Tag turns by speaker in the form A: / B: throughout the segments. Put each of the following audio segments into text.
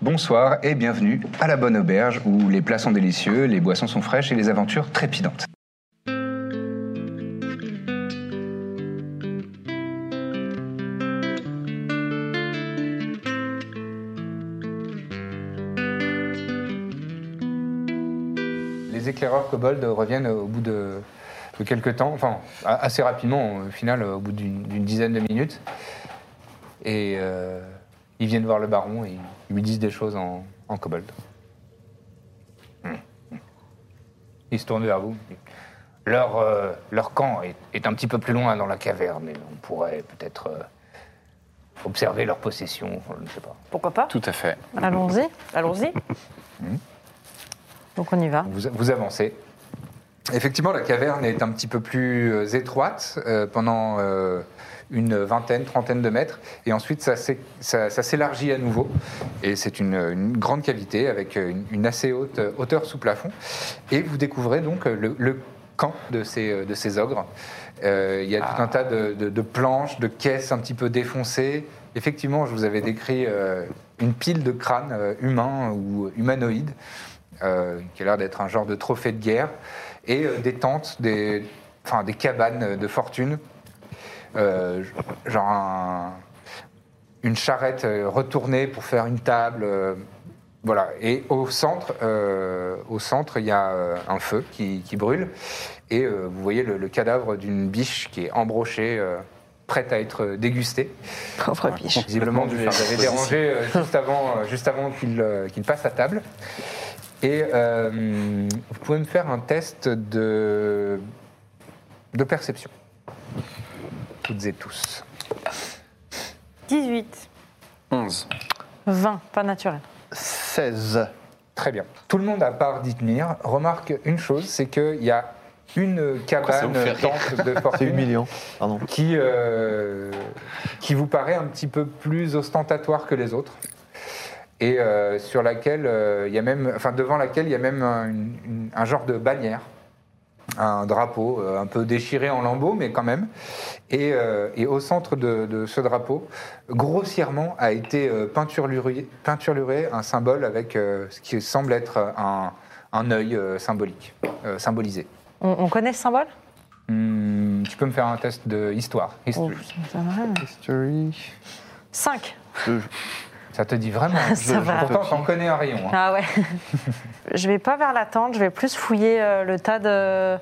A: Bonsoir et bienvenue à la Bonne Auberge où les plats sont délicieux, les boissons sont fraîches et les aventures trépidantes. Les éclaireurs kobold reviennent au bout de, de quelques temps, enfin a- assez rapidement au final, au bout d'une d'une dizaine de minutes. Et euh, ils viennent voir le baron et ils lui disent des choses en, en kobold. Hum, Ils se tournent vers vous. Leur, euh, leur camp est, est un petit peu plus loin dans la caverne et on pourrait peut-être euh, observer leur possession, enfin, je ne sais pas.
B: Pourquoi pas
C: Tout à fait.
B: Allons-y, allons-y. Donc on y va.
A: Vous, vous avancez. Effectivement, la caverne est un petit peu plus euh, étroite euh, pendant euh, une vingtaine, trentaine de mètres, et ensuite ça s'é- ça- ça s'élargit à nouveau, et c'est une, une grande cavité avec une, une assez haute euh, hauteur sous plafond, et vous découvrez donc euh, le, le camp de ces, euh, de ces ogres. Euh, il y a tout un tas de, de- de planches, de caisses un petit peu défoncées. Effectivement, je vous avais décrit euh, une pile de crânes euh, humains ou humanoïdes euh, qui a l'air d'être un genre de trophée de guerre, et euh, des tentes, des, enfin, des cabanes euh, de fortune, Euh, genre un- une charrette euh, retournée pour faire une table. euh, voilà, et au centre, euh, au centre, il y a euh, un feu qui, qui brûle, et euh, vous voyez le, le cadavre d'une biche qui est embrochée, euh, prête à être dégustée.
B: Pauvre biche.
A: Visiblement, vous les avez dérangé euh, juste avant, euh, juste avant qu'il euh, qu'il passe à table. Et euh, vous pouvez me faire un test de, de perception. Toutes et tous.
B: 18,
C: 11.
B: 20, pas naturel.
D: 16.
A: Très bien. Tout le monde, à part Dithmir, remarque une chose, c'est qu'il y a une cabane
C: vous fait rire
A: tente de
D: C'est
A: fortune
D: humiliant. Pardon.
A: qui, euh, qui vous paraît un petit peu plus ostentatoire que les autres et euh, sur laquelle euh, il y a même, enfin devant laquelle il y a même un, une- un genre de bannière, un drapeau euh, un peu déchiré en lambeaux, mais quand même. Et, euh, et au centre de, de ce drapeau, grossièrement a été euh, peinturluré, peinturluré un symbole avec euh, ce qui semble être un, un œil euh, symbolique, euh, symbolisé.
B: On, on connaît ce symbole
A: Hmm, tu peux me faire un test de histoire. history.
D: History.
B: 5.
D: Deux.
A: Ça te dit vraiment
B: Ça
A: Je-
B: va.
A: Pourtant, t'en connais un rayon. hein.
B: Ah ouais. je vais pas vers la tente, je vais plus fouiller euh, le tas de,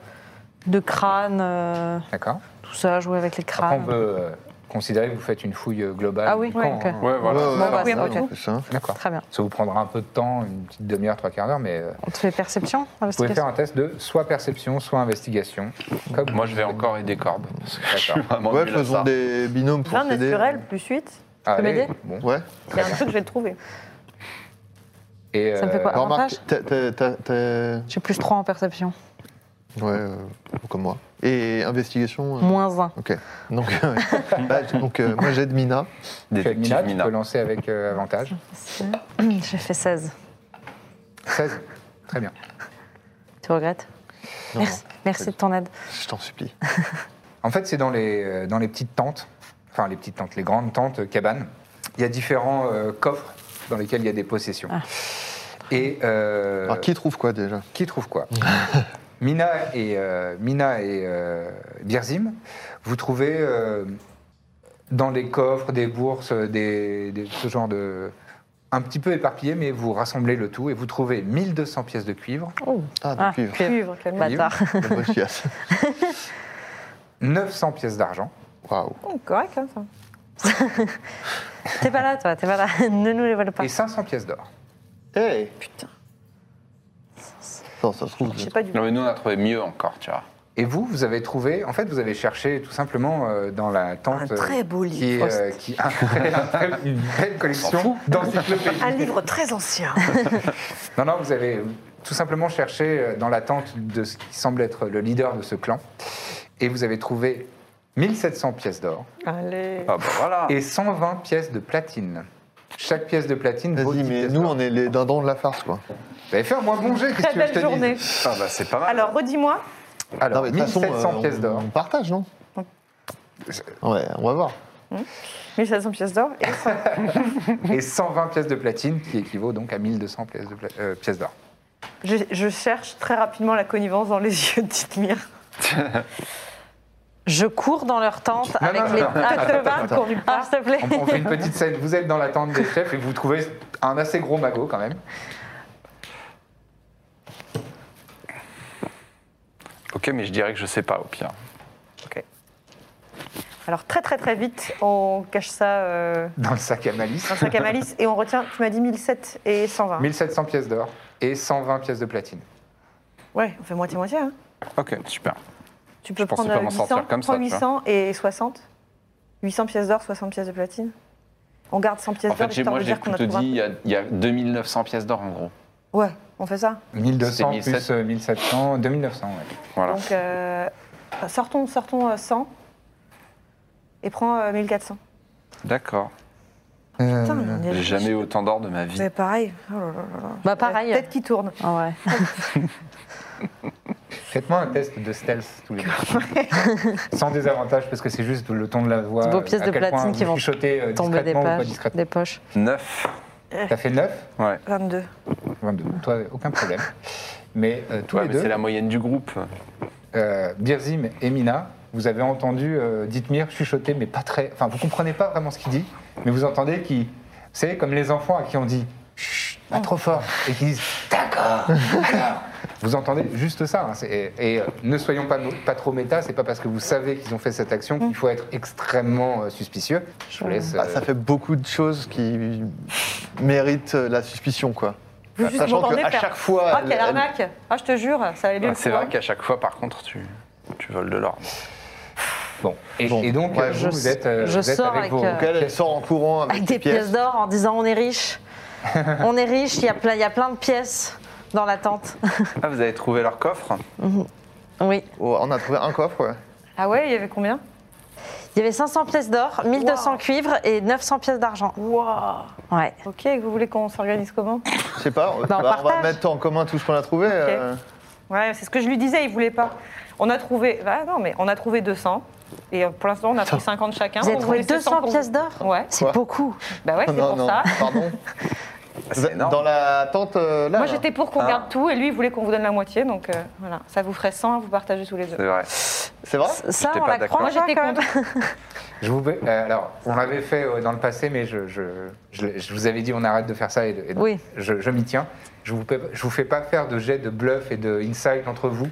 B: de crânes, euh,
A: D'accord
B: tout ça, jouer avec les
A: Après, on
B: crânes.
A: peut euh, considérer que vous faites une fouille euh, globale.
B: Ah oui,
A: du
B: ouais,
A: camp,
B: ok.
A: hein.
C: Ouais, voilà.
B: Bon, bah,
D: ça,
B: c'est
D: on
B: ok.
D: fait ça.
A: D'accord.
B: Très bien.
A: Ça vous prendra un peu de temps, une petite demi-heure, trois quarts d'heure, mais euh,
B: On te fait perception
A: vous pouvez faire
B: investigation
A: un test de soit perception, soit investigation. Comme
C: Moi, je vais encore aider Corbe. parce que je suis
A: D'accord.
C: vraiment
D: Ouais,
C: nul à ça.
D: faisons des binômes pour
E: 20
D: s'aider.
E: naturel plus 8.
A: Ah,
B: peux
A: allez,
B: m'aider
A: bon.
D: Ouais.
E: Il y a un truc, je vais le trouver.
A: Et,
B: Ça me fait quoi
A: euh,
B: Avantage
D: Remarque, t'as- t'as- t'as- t'as-
B: J'ai plus 3 en perception.
D: Ouais, euh, comme moi. Et investigation. euh,
B: Moins 1.
D: Ok. Donc, ouais. Bah, donc euh, moi j'aide Mina.
A: tu as
C: Détective
A: Mina, tu
C: Mina.
A: peux lancer avec euh, avantage.
B: J'ai fait 16.
A: 16. Très bien.
B: Tu regrettes
D: Non,
B: Merci, merci de ton aide.
D: Je t'en supplie.
A: Euh. En fait, c'est dans les, euh, dans les petites tentes, enfin les petites tentes, les grandes tentes, euh, cabanes. Il y a différents euh, coffres dans lesquels il y a des possessions. Et euh,
D: Alors qui trouve quoi déjà
A: qui trouve quoi Mina et, euh, Mina et euh, Birzim, vous trouvez euh, dans les coffres, des bourses, euh, des, des- ce genre de... Un petit peu éparpillé, mais vous rassemblez le tout et vous trouvez 1200 pièces de cuivre,
D: Ah, du
B: Ah,
D: cuivre.
E: Cuivre, quel
A: Cuivre.
E: bâtard.
D: La bonne chiasse.
A: 900 pièces d'argent,
D: Waouh.
E: Correct, hein, ça.
B: T'es pas là, toi, t'es pas là. ne nous les vole pas.
A: et 500 pièces d'or.
D: Hey
E: Putain.
D: Non, ça se trouve.
E: Je sais pas du
C: Non, mais nous, on a trouvé mieux encore, tu vois.
A: Et vous, vous avez trouvé, en fait, vous avez cherché tout simplement euh, dans la
F: Un
A: tente euh,
F: très beau livre.
A: qui, est, euh, qui a une belle collection d'encyclopédies.
F: Un livre très ancien.
A: Non, non, vous avez euh, tout simplement cherché euh, dans l'attente de ce qui semble être le leader de ce clan. Et vous avez trouvé 1700 pièces d'or
E: Allez.
C: Ah bah voilà.
A: et 120 pièces de platine. Chaque pièce de platine vaut
D: Vas-y,
A: 10
D: mais
A: pièces
D: nous,
A: d'or.
D: on est les dindons de la farce, quoi.
A: Vous avez fait un moins bon jet, qu'est-ce que
E: Très
A: tu veux que je te
E: belle
A: dise
E: journée.
C: Ah bah c'est pas mal.
E: Alors, redis-moi.
A: Alors,
D: mais de toute façon,
A: 1700
D: euh,
A: pièces d'or.
D: On partage, non
B: Mm.
E: Ouais.
D: Ouais, on va voir.
E: 1700 pièces d'or. Et
A: et 120 pièces de platine, qui équivaut donc à 1200 pièces de pla- euh, pièces d'or.
E: je, je cherche très rapidement la connivence dans les yeux de Dithmir.
B: Je cours dans leur tente avec
A: non,
B: les.
A: non.
B: Ah, je peux pas
E: Attends, attends.
B: Ah, s'il te plaît.
A: On, on fait une petite scène, vous êtes dans la tente des chefs et vous trouvez un assez gros magot quand même.
C: Ok, mais je dirais que je sais pas au pire.
E: Alors, très très très vite, on cache ça euh,
A: Dans le sac à malice.
E: dans le sac à malice et on retient, tu m'as dit 1700 et 120.
A: 1700 pièces d'or et 120 pièces de platine.
E: Ouais, on fait moitié-moitié. hein.
C: Ok, super.
E: Tu peux
C: Je pensais
E: prendre
C: pas
E: euh,
C: m'en
E: 800,
C: sortir comme ça,
E: prends
C: tu vois.
E: 800 et 60. 800 pièces d'or, 60 pièces de platine. On garde 100 pièces
C: En
E: d'or
C: fait, j'ai-
E: histoire
C: moi
E: de
C: j'ai
E: dire qu'on a
C: plutôt
E: trouvé. un-
C: dit il y a- il y, a 2900 pièces d'or en gros.
E: Ouais, on fait ça.
A: 1200
C: C'était
A: plus
C: 1700.
A: euh, 1700, 2900, ouais.
C: Voilà.
E: Donc, euh, sortons, sortons euh, 100 et prends euh, 1400.
C: D'accord.
A: Euh,
E: Putain, mais on est
C: Euh, J'ai jamais eu autant d'or de ma vie.
E: Mais pareil. Oh là là là là.
B: Bah, pareil.
E: Peut-être qui tourne.
B: Ah ouais.
A: Faites-moi un test de stealth tous les deux. Sans désavantage, parce que c'est juste le ton de la voix.
B: C'est vos
A: euh,
B: pièces
A: à
B: de
A: quel point
B: platine qui
A: vous
B: vont
A: chuchotez, euh,
B: Tomber des,
A: discrètement ou pas
B: pages,
A: discrètement.
B: des poches.
C: 9.
A: T'as fait 9
C: Ouais.
E: 22.
A: 22. Toi, aucun problème. Mais euh, tous
C: Ouais,
A: les
C: mais
A: deux,
C: c'est la moyenne du groupe.
A: euh, Birzim et Mina, vous avez entendu euh, Dithmir chuchoter, mais pas très. Enfin, vous comprenez pas vraiment ce qu'il dit, mais vous entendez qu'il. C'est comme les enfants à qui on dit Chut, pas trop fort, et qui disent D'accord, alors. Vous entendez juste ça. hein, c'est- et et, euh, ne soyons pas, pas trop méta, c'est pas parce que vous savez qu'ils ont fait cette action qu'il faut être extrêmement euh, suspicieux. Je vous laisse.
D: Bah,
A: euh,
D: ça fait beaucoup de choses qui méritent euh, la suspicion, quoi.
C: Bah,
E: Vous juste
D: Sachant
E: m'entendez
D: qu'à
E: faire.
D: chaque fois.
E: Ah,
D: elle-
E: quelle
D: elle-
E: arnaque Ah, je te jure, ça allait bien
C: Ah,
E: le
C: c'est
E: coup,
C: vrai
E: hein.
C: qu'à chaque fois, par contre, tu, tu voles de l'or.
A: Bon. Et,
D: Bon.
A: et donc,
D: Ouais,
A: euh, vous,
D: je
A: vous êtes, euh,
B: je
A: vous êtes
B: sors
A: avec
B: avec,
A: vos.
B: euh,
D: Donc elle, elle sort en courant avec,
E: Ah,
B: Avec des pièces d'or en disant on est riche. on est riche, il y, a plein- il y a plein de pièces dans la tente.
C: Ah, vous avez trouvé leur coffre Ah,
B: Oui.
D: Oh, on a trouvé un coffre, ouais.
E: Ah ouais, il y avait combien
B: Il y avait 500 pièces d'or, 1200 cuivres et 900 pièces d'argent.
E: Waouh
B: Ouais.
E: Ok, vous voulez qu'on s'organise comment
D: Je sais pas,
B: Bah, on
D: bah, on va
B: partage.
D: mettre en commun tout ce qu'on a trouvé. euh,
E: Ouais, c'est ce que je lui disais, il voulait pas. On a trouvé, bah non, mais on a trouvé 200. Et euh, pour l'instant, on a pris 50 chacun.
B: Vous avez
E: Ah, On
B: trouvé
E: voulait
B: 200
E: pour
B: pièces
E: vous.
B: d'or
E: Ouais,
B: C'est
D: Ouais.
B: beaucoup.
E: bah ouais, c'est
D: Ah, non,
E: pour
D: non,
E: ça.
D: pardon.
C: C'est énorme.
D: Dans la tente, euh, là.
E: Moi,
D: là.
E: j'étais pour qu'on
D: Ah.
E: garde tout et lui, il voulait qu'on vous donne la moitié. Donc euh, voilà, ça vous ferait 100 à vous partager tous les deux.
C: C'est vrai.
D: C'est vrai
B: Ça,
C: J'étais
B: on
C: pas
B: la
C: d'accord.
B: croit,
E: Moi, j'étais
B: quand même.
E: contre.
A: Je vous, euh, alors, on l'avait fait euh, dans le passé, mais je, je- je- je vous avais dit on arrête de faire ça et, de- et de-
B: Oui.
A: je, je m'y tiens. Je vous, fais- je vous fais pas faire de jet de bluff et de insight entre vous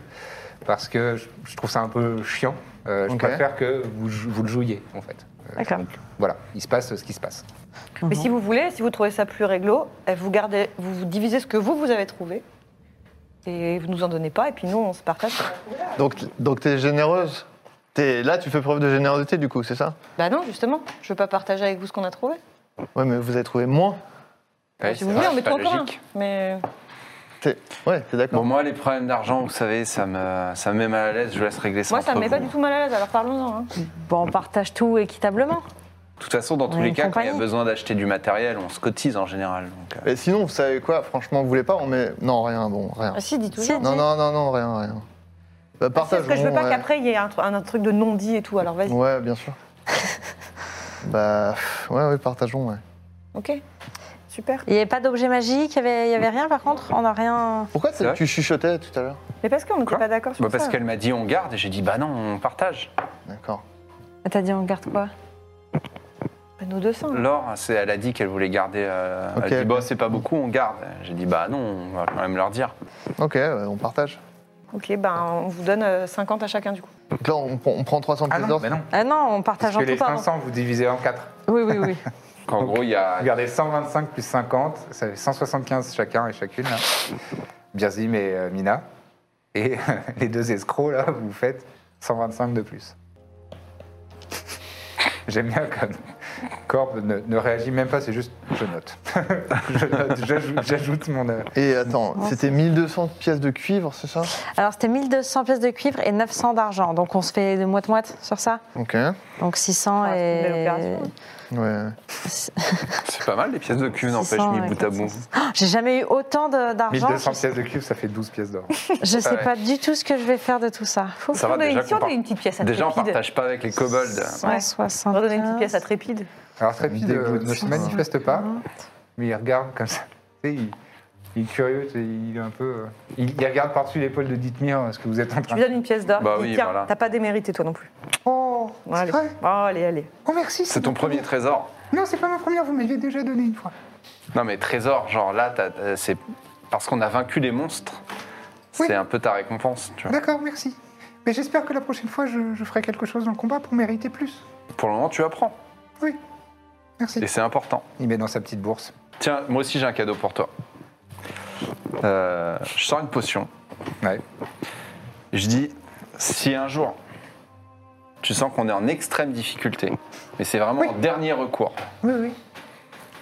A: parce que je, je trouve ça un peu chiant. Euh, je
D: Ok.
A: préfère que vous, jou- vous le jouiez en fait. Euh,
B: D'accord.
A: donc, voilà, il se passe ce qui se passe.
B: Mhm.
E: Mais si vous voulez, si vous trouvez ça plus réglo, eh, vous, gardez, vous, vous divisez ce que vous, vous avez trouvé. Et vous nous en donnez pas, et puis nous, on se partage.
D: Donc, donc t'es généreuse. T'es- là, tu fais preuve de générosité, du coup, c'est ça
E: Bah non, justement, je veux pas partager avec vous ce qu'on a trouvé.
D: Ouais, mais vous avez trouvé moins.
C: Ouais,
E: si
C: c'est
E: Ah, vous voulez,
C: vrai,
E: on
C: c'est
E: met tout
C: pas
E: en commun.
C: logique.
E: Mais
D: T'es- Ouais, t'es d'accord.
C: Bon, moi, les problèmes d'argent, vous savez, ça me, ça me met mal à l'aise. Je vous laisse régler ça.
E: moi, ça me
C: entre
E: met pas
C: vous.
E: du tout mal à l'aise, alors parlons-en. hein.
B: Bon, on partage tout équitablement.
C: De toute façon, dans tous
B: On est
C: les
B: une
C: cas, quand il y a
B: compagnie.
C: besoin d'acheter du matériel, on se cotise en général. donc, euh,
D: Et sinon, vous savez quoi Franchement, vous voulez pas On met. Non, rien, bon, rien.
E: Ah si, dis tout.
B: Si,
D: Non,
B: dis.
D: non, non, non, rien, rien. Bah,
A: Ah,
E: Parce
D: partage.
E: que je veux
D: bon,
E: pas
D: ouais.
E: qu'après, il y ait un, tru- un- un truc de non-dit et tout, alors vas-y.
D: Ouais, bien sûr. bah, pff, ouais, ouais, partageons, ouais.
E: Ok, super.
B: Il n'y avait pas d'objet magique, il n'y avait, il y avait rien par contre On n'a rien.
D: Pourquoi t'as-
C: vrai
D: tu chuchotais tout à l'heure
E: Mais parce qu'on n'était
C: Quoi
E: pas d'accord sur
C: bah, parce
E: ça.
C: qu'elle m'a dit on garde et j'ai dit bah non, on partage.
D: D'accord.
B: T'as dit on garde quoi
E: Bah, Nos 200. hein.
C: Laure, c'est- elle a dit qu'elle voulait garder. euh,
D: Ok,
C: Elle dit bah
D: ok.
C: c'est pas beaucoup, on garde. J'ai dit bah non, on va quand même leur dire.
D: Ok, ouais, on partage.
E: Ok, ben on vous donne euh, 50 à chacun du coup.
D: Donc là, on, prend- on prend 300
A: Ah
D: pièces
A: non,
D: d'or.
A: mais non.
B: Ah non, on
A: Parce
B: partage
A: que
B: en tout hein.
A: les
B: pardon.
A: 500, vous divisez en 4.
B: Oui, oui, oui.
C: Qu'en gros, il y a.
A: Regardez, 125 plus 50, ça fait 175 chacun et chacune. là. Birzim et euh, Mina. Et les deux escrocs, là, vous faites 125 de plus. J'aime bien comme Corbe ne, ne réagit même pas, c'est juste je note. je note, j'ajoute- j'ajoute mon euh, heure.
D: Et attends,
B: Non,
D: c'était 1200 pièces de cuivre, c'est ça
B: Alors, c'était 1200 pièces de cuivre et 900 d'argent. Donc, on se fait de moite-moite sur ça.
D: Ok.
B: Donc, 600
E: Ah, c'est une belle
B: et.
E: opération.
D: Ouais.
C: C'est pas mal les pièces de cuve, n'empêche,
B: 600,
C: mis
B: ouais,
C: bout à bout.
B: 400. Oh, J'ai jamais eu autant de- d'argent.
A: 1200 pièces de cube, ça fait 12 pièces d'or.
B: Je sais
C: Ouais.
B: pas du tout ce que je vais faire de tout ça. Faut
C: Ça va
E: On a
C: déjà
E: une- si on
C: qu'on
E: a une petite pièce à
C: Déjà, on
E: Trépide.
C: partage pas avec les kobolds.
B: 160.
E: On va donner une petite pièce à Trépide.
A: Alors Trépide
D: Me
A: euh,
D: dégoûte,
A: ne se
D: ça.
A: manifeste pas, mais il regarde comme ça. Tu sais, il, il est curieux, tu sais, il est un peu. euh, Il, il regarde par-dessus l'épaule de Dithmir euh, ce que vous êtes en
E: Je
A: train
E: lui
A: de
E: donne une pièce d'or.
C: Bah
E: Je lui dis,
C: oui,
E: Tiens,
C: voilà.
E: t'as pas démérité toi non plus.
A: Oh,
E: Bon, allez.
A: vrai
E: Oh, allez, allez.
A: oh merci.
C: C'est ton
A: ma
C: premier trésor.
A: première. Non, c'est pas ma première, vous m'aviez déjà donné une fois.
C: Non, mais trésor, genre là, t'as- euh, c'est parce qu'on a vaincu les monstres.
A: Oui.
C: C'est un peu ta récompense, tu vois.
A: D'accord, merci. Mais j'espère que la prochaine fois, je, je ferai quelque chose dans le combat pour mériter plus.
C: Pour le moment, tu apprends.
A: Merci.
C: Et c'est important.
A: Il met dans sa petite bourse.
C: Tiens, moi aussi, j'ai un cadeau pour toi. Euh, je sors une potion.
A: Ouais.
C: Je dis, si un jour tu sens qu'on est en extrême difficulté, mais c'est vraiment
A: Oui.
C: en dernier recours,
A: Oui,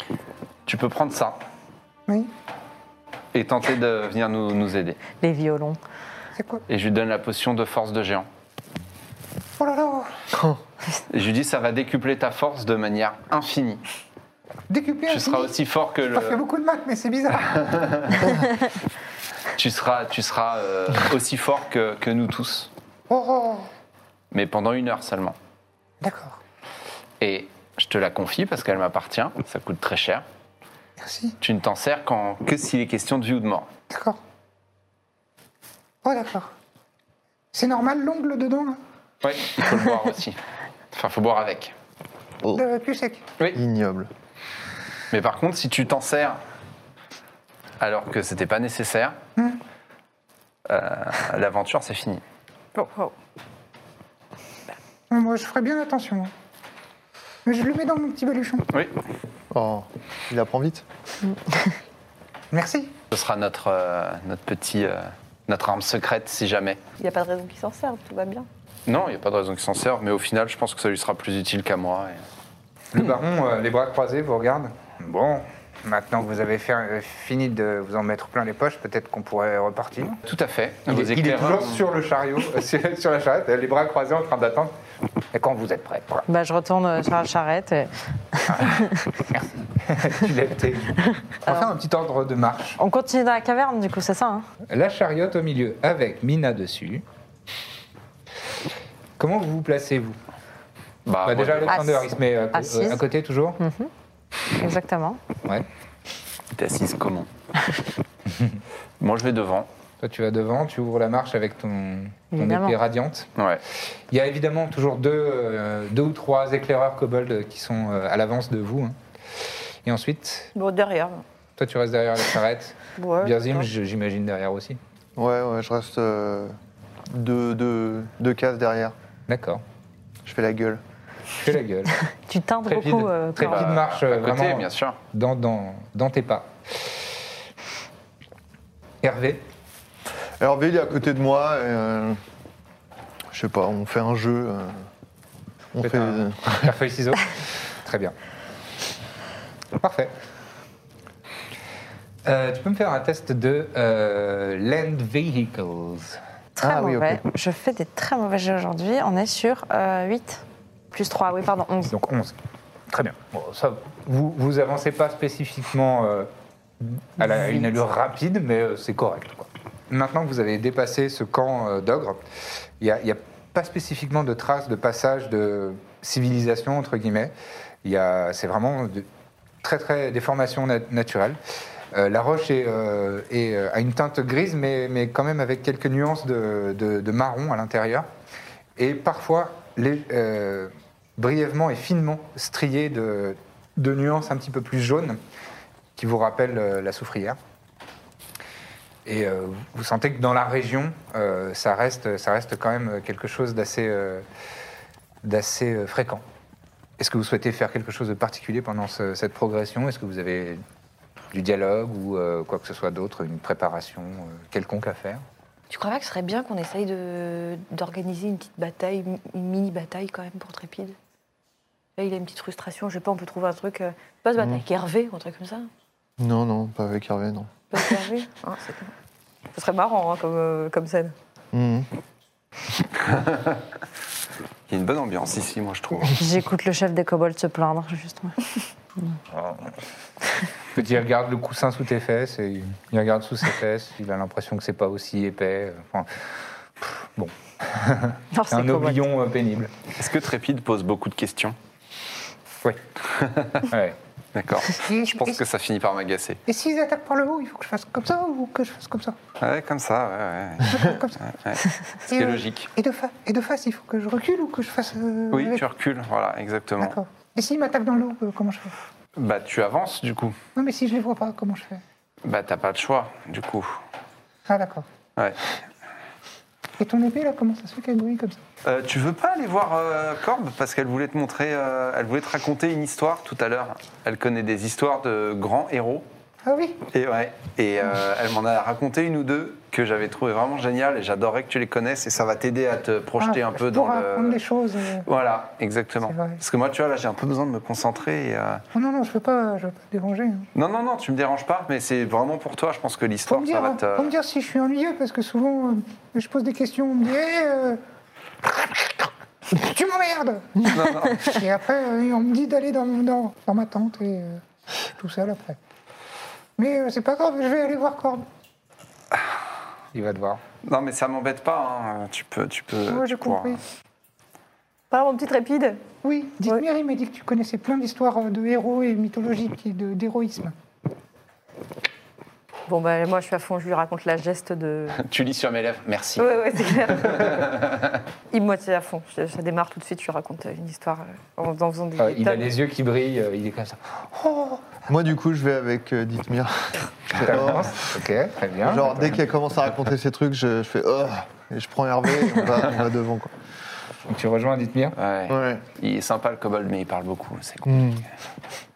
A: oui.
C: tu peux prendre ça
A: Oui.
C: et tenter de venir nous, nous aider.
B: Les violons.
A: C'est quoi
C: Et je lui donne la potion de force de géant.
A: Oh là là
C: Et je lui dis, ça va décupler ta force de manière infinie.
A: Décuplé
C: Tu seras aussi fort que
A: J'ai pas fait
C: le,
A: beaucoup de maths, mais c'est bizarre.
C: tu seras, tu seras euh, aussi fort que, que nous tous,
A: Oh, oh.
C: mais pendant une heure seulement.
A: D'accord.
C: Et je te la confie parce qu'elle m'appartient, ça coûte très cher.
A: Merci.
C: Tu ne t'en sers qu'en- que s'il est question de vie ou de mort.
A: D'accord. Oh, d'accord. C'est normal l'ongle dedans, là
C: Oui, il faut le boire aussi. Enfin, faut boire avec.
D: Oh,
A: Le plus sec.
D: ignoble.
C: Mais par contre, si tu t'en sers alors que c'était pas nécessaire,
A: Hmm.
C: euh, l'aventure c'est fini.
E: Bon, wow.
A: Moi, je ferai bien attention. hein. Mais je le mets dans mon petit baluchon.
C: Oui,
D: Oh, il apprend vite.
A: Merci.
C: ce sera notre euh, notre petit euh, notre arme secrète si jamais.
E: Il n'y a pas de raison qu'il s'en serve, tout va bien.
C: Non, il n'y a pas de raison qu'il s'en serve, mais au final, je pense que ça lui sera plus utile qu'à moi. et-
A: Le baron, euh, les bras croisés, vous regarde. Bon, maintenant que vous avez fait- euh, fini de vous en mettre plein les poches, peut-être qu'on pourrait repartir.
C: Tout à fait.
A: Il,
C: Vos
A: est- il est
C: éclaireurs
A: toujours
C: ont-
A: sur le chariot, euh, sur sur la charrette, les bras croisés en train d'attendre. Et quand vous êtes prêt, voilà.
B: Bah, je retourne euh, sur la charrette. et-
A: tu lèves tes... On va faire un petit ordre de marche.
B: On continue dans la caverne, du coup, c'est ça hein
A: La chariote au milieu avec Mina dessus. Comment vous vous placez-vous
C: Bah,
A: Bah,
C: moi,
A: Déjà,
C: je
A: Alexander, il se met euh,
B: Assise.
A: à côté toujours
B: Exactement.
A: Ouais.
C: T'es assise comment Moi, je vais devant.
A: Toi, tu vas devant, tu ouvres la marche avec ton, ton
B: Évidemment.
A: épée radiante.
C: Ouais.
A: Il y a évidemment toujours deux, euh, deux ou trois éclaireurs kobold qui sont euh, à l'avance de vous. hein. Et ensuite,
E: Bon, derrière.
A: toi, tu restes derrière la charrette.
E: Ouais,
A: Birzim,
E: d'accord.
A: j- j'imagine derrière aussi.
D: Ouais, ouais, je reste euh, deux, deux, deux cases derrière.
A: D'accord.
D: Je fais la gueule.
A: Fais la gueule.
B: Tu teintes
A: Trépide.
B: beaucoup. euh,
A: Trépide.
B: Corinne.
A: Petite
C: Bah,
A: marche,
C: à
A: euh,
C: côté,
A: vraiment.
C: bien sûr.
A: Dans, dans, dans tes pas. Hervé,
D: Alors, Bill est à côté de moi. et, euh, je sais pas, on fait un jeu. euh, on
A: Faites
D: fait.
A: un- pierre feuille ciseaux. Très bien. Parfait. Euh, tu peux me faire un test de euh, land vehicles.
B: Très
D: Ah oui,
B: mauvais.
D: ok.
B: Je fais des très mauvais jets aujourd'hui. On est sur euh, 8 plus 3, oui, pardon, 11.
A: Donc 11. Très bien. Bon, ça, vous, vous avancez pas spécifiquement euh, à la- à une allure rapide, mais euh, c'est correct. quoi. Maintenant que vous avez dépassé ce camp euh, d'ogres, il n'y a, il y a pas spécifiquement de traces de passage de civilisation, entre guillemets. Il y a- C'est vraiment de- très, très des formations nat- naturelles. Euh, la roche est, euh, est, euh, a une teinte grise, mais, mais quand même avec quelques nuances de, de- de marron à l'intérieur. Et parfois, lé- euh, brièvement et finement striée de, de nuances un petit peu plus jaunes qui vous rappellent euh, la soufrière. Et euh, vous sentez que dans la région, euh, ça, reste, ça reste quand même quelque chose d'assez euh, d'assez euh, fréquent. Est-ce que vous souhaitez faire quelque chose de particulier pendant ce- cette progression Est-ce que vous avez du dialogue ou euh, quoi que ce soit d'autre, une préparation euh, quelconque à faire
E: Tu crois pas que ce serait bien qu'on essaye de- d'organiser une petite bataille, une mini-bataille quand même pour Trépide Là, il a une petite frustration. Je sais pas, on peut trouver un truc. euh, pas se battre
A: Mmh.
D: Mhm.
E: avec Hervé ou un truc comme ça.
D: Non, non, pas avec Hervé, non.
E: Pas avec Hervé. Hein, c'est- ce serait marrant hein, comme, euh, comme scène.
D: Mhm.
C: Il y a une bonne ambiance ici, moi, je trouve.
B: J'écoute le chef des kobolds se plaindre, justement.
A: Petit, il regarde le coussin sous tes fesses et il- il regarde sous ses fesses. Il a l'impression que c'est pas aussi épais. Enfin, pff, bon,
B: Non,
A: c'est
C: Hein.
B: c'est
A: un
B: kobold.
A: oblion euh, pénible.
C: Est-ce que Trépide pose beaucoup de questions
A: Oui. Ouais.
C: D'accord. Je pense que ça finit par m'agacer.
A: Et s'ils attaquent par le haut, il faut que je fasse comme ça ou que je fasse comme ça
C: Ouais, comme ça, ouais, ouais.
A: Comme ça.
C: ouais, ouais. Ce qui
A: Et,
C: est
A: euh,
C: logique.
A: Et de, fa- et de face, il faut que je recule ou que je fasse. euh,
C: Oui,
A: avec-
C: tu recules, voilà, exactement.
A: D'accord. Et s'ils m'attaquent dans l'eau, euh, comment je fais
C: Bah, tu avances, du coup.
A: Non, mais si je les vois pas, comment je fais
C: Bah, t'as pas de choix, du coup.
A: Ah, d'accord.
C: Ouais.
A: Et ton épée, là, comment ça se fait qu'elle brille comme ça
C: Euh, tu veux pas aller voir euh, Corbe parce qu'elle voulait te montrer, euh, elle voulait te raconter une histoire tout à l'heure. Elle connaît des histoires de grands héros.
A: Ah oui
C: Et ouais. Et euh, elle m'en a raconté une ou deux que j'avais trouvé vraiment géniales et j'adorerais que tu les connaisses et ça va t'aider à te projeter
A: Ah,
C: un
A: je
C: peu
A: peux
C: dans
A: raconter
C: le.
A: des choses. euh.
C: Voilà, exactement.
A: C'est vrai.
C: Parce que moi, tu vois, là, j'ai un peu besoin de me concentrer. et, euh,
A: Oh non, non, je veux pas, je veux pas te déranger. hein.
C: Non, non, non, tu me déranges pas, mais c'est vraiment pour toi. Je pense que
A: Faut
C: l'histoire,
A: me,
C: ça
A: dire,
C: va
A: hein,
C: te.
A: faut me dire si je suis ennuyeux, parce que souvent, euh, je pose des questions, on me dit Eh, euh, Tu m'emmerdes
C: Non, non.
A: Et après, euh, on me dit d'aller dans, dans, dans ma tente et euh, je suis tout seul après. Mais euh, c'est pas grave, je vais aller voir Corbe. Il va te voir.
C: Non, mais ça m'embête pas. hein. Tu peux, tu peux.
A: Moi,
C: tu
A: j'ai
C: pourras-
A: compris.
E: Pas mon petit Trépide
A: Oui, dites
E: Ouais.
A: Miri m'a dit que tu connaissais plein d'histoires euh, de héros et mythologiques et de- d'héroïsme.
E: Bon, bah, moi, je suis à fond, je lui raconte la geste de.
C: Tu lis sur mes lèvres. Merci.
E: Ouais, ouais, c'est clair. il me c'est à fond. Ça ça démarre tout de suite, je lui raconte une histoire euh, en, en faisant des.
A: Ah,
E: tas de-
A: yeux qui brillent, euh, il est comme ça. Oh
D: Moi, du coup, je vais avec euh, Dithmir.
A: Ok, très
C: Ah,
A: bien.
C: bah,
D: Genre, dès qu'elle commence à raconter ses trucs, je, je fais oh, et je prends Hervé, et on va, on va devant. Quoi.
A: Tu rejoins Dithmir
C: Ouais.
D: Ouais.
C: Il est sympa le kobold, mais il parle beaucoup. C'est con.
D: Hmm.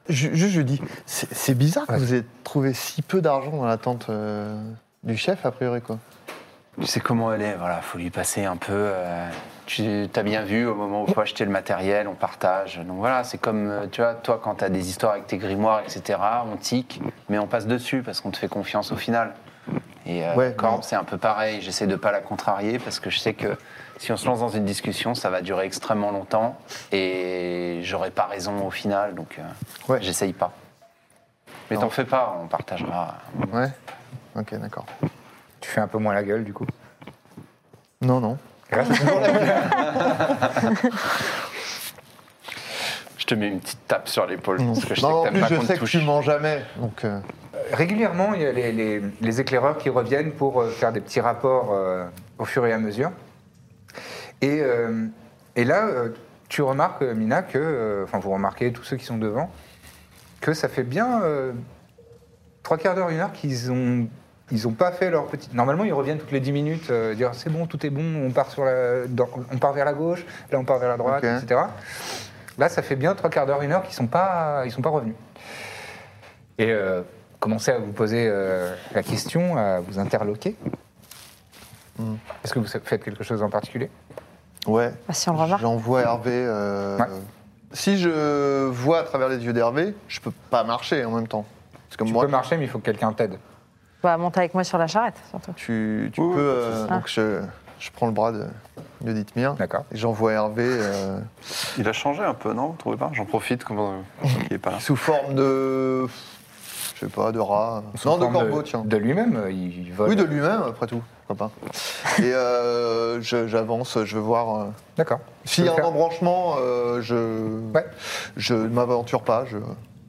D: Ju- Juste, je dis, c'est c'est bizarre que vous ayez trouvé si peu d'argent dans la tente euh, du chef, a priori, quoi.
C: Tu sais comment elle est, voilà, faut lui passer un peu. euh, tu as bien vu au moment où faut acheter le matériel, on partage. Donc voilà, c'est comme, euh, tu vois, toi quand t'as des histoires avec tes grimoires, etc., on tique, mais on passe dessus parce qu'on te fait confiance au final. Et euh,
D: Ouais,
C: Corbe,
D: mais-
C: c'est un peu pareil, j'essaie de pas la contrarier parce que je sais que si on se lance dans une discussion, ça va durer extrêmement longtemps et j'aurai pas raison au final, donc euh,
D: Ouais.
C: j'essaye pas. Mais
D: Non.
C: t'en fais pas, on partagera.
D: Ouais. Ok, d'accord.
A: Tu fais un peu moins la gueule, du coup.
D: Non, non.
C: Je te mets une petite tape sur l'épaule
D: Non,
C: parce que je sais
D: Non,
C: que t'aimes
D: en plus,
C: pas
D: je
C: qu'on te
D: sais que
C: touche.
D: tu mens jamais. Donc, euh,
A: Régulièrement, il y a les, les- les éclaireurs qui reviennent pour euh, faire des petits rapports euh, au fur et à mesure. Et, euh, et là, euh, tu remarques, euh, Mina, que, euh, enfin, vous remarquez, tous ceux qui sont devant, que ça fait bien euh, trois quarts d'heure, une heure qu'ils ont. Ils ont pas fait leur petit. Normalement, ils reviennent toutes les 10 minutes, euh, dire c'est bon, tout est bon, on part, sur la... dans- on part vers la gauche, là on part vers la droite,
D: Ok.
A: etc. Là, ça fait bien trois quarts d'heure, une heure qu'ils sont pas, ils sont pas revenus et euh, commencer à vous poser euh, la question, à vous interloquer. Est-ce que vous faites quelque chose en particulier
D: ouais.
B: Bah, si on le remarque.
D: J'envoie Hervé. euh,
A: Ouais.
D: Si je vois à travers les yeux d'Hervé, je peux pas marcher en même temps. Parce que
A: Tu
D: moi,
A: peux marcher, mais il faut que quelqu'un t'aide.
B: Bah, monte avec moi sur la charrette, surtout.
D: tu, tu
C: Oui, oui,
D: peux.
C: pas de
D: euh,
C: souci.
D: donc, je, je prends le bras de, de Dithmir.
A: D'accord.
D: Et j'envoie Hervé euh,
C: Il a changé un peu, non Vous trouvez pas J'en profite comme il est pas là.
D: sous forme de. Je sais pas, de rat.
A: Sous
D: Non, de
A: forme
D: corbeau, tiens.
A: De lui-même, euh, il vole.
D: Oui, de lui-même, après tout. Pourquoi pas. Et euh, je- j'avance, je veux voir. euh,
A: D'accord.
D: S'il y a
A: Tu veux
D: un
A: faire
D: embranchement, euh, je.
A: Ouais.
D: Je ne m'aventure pas, je.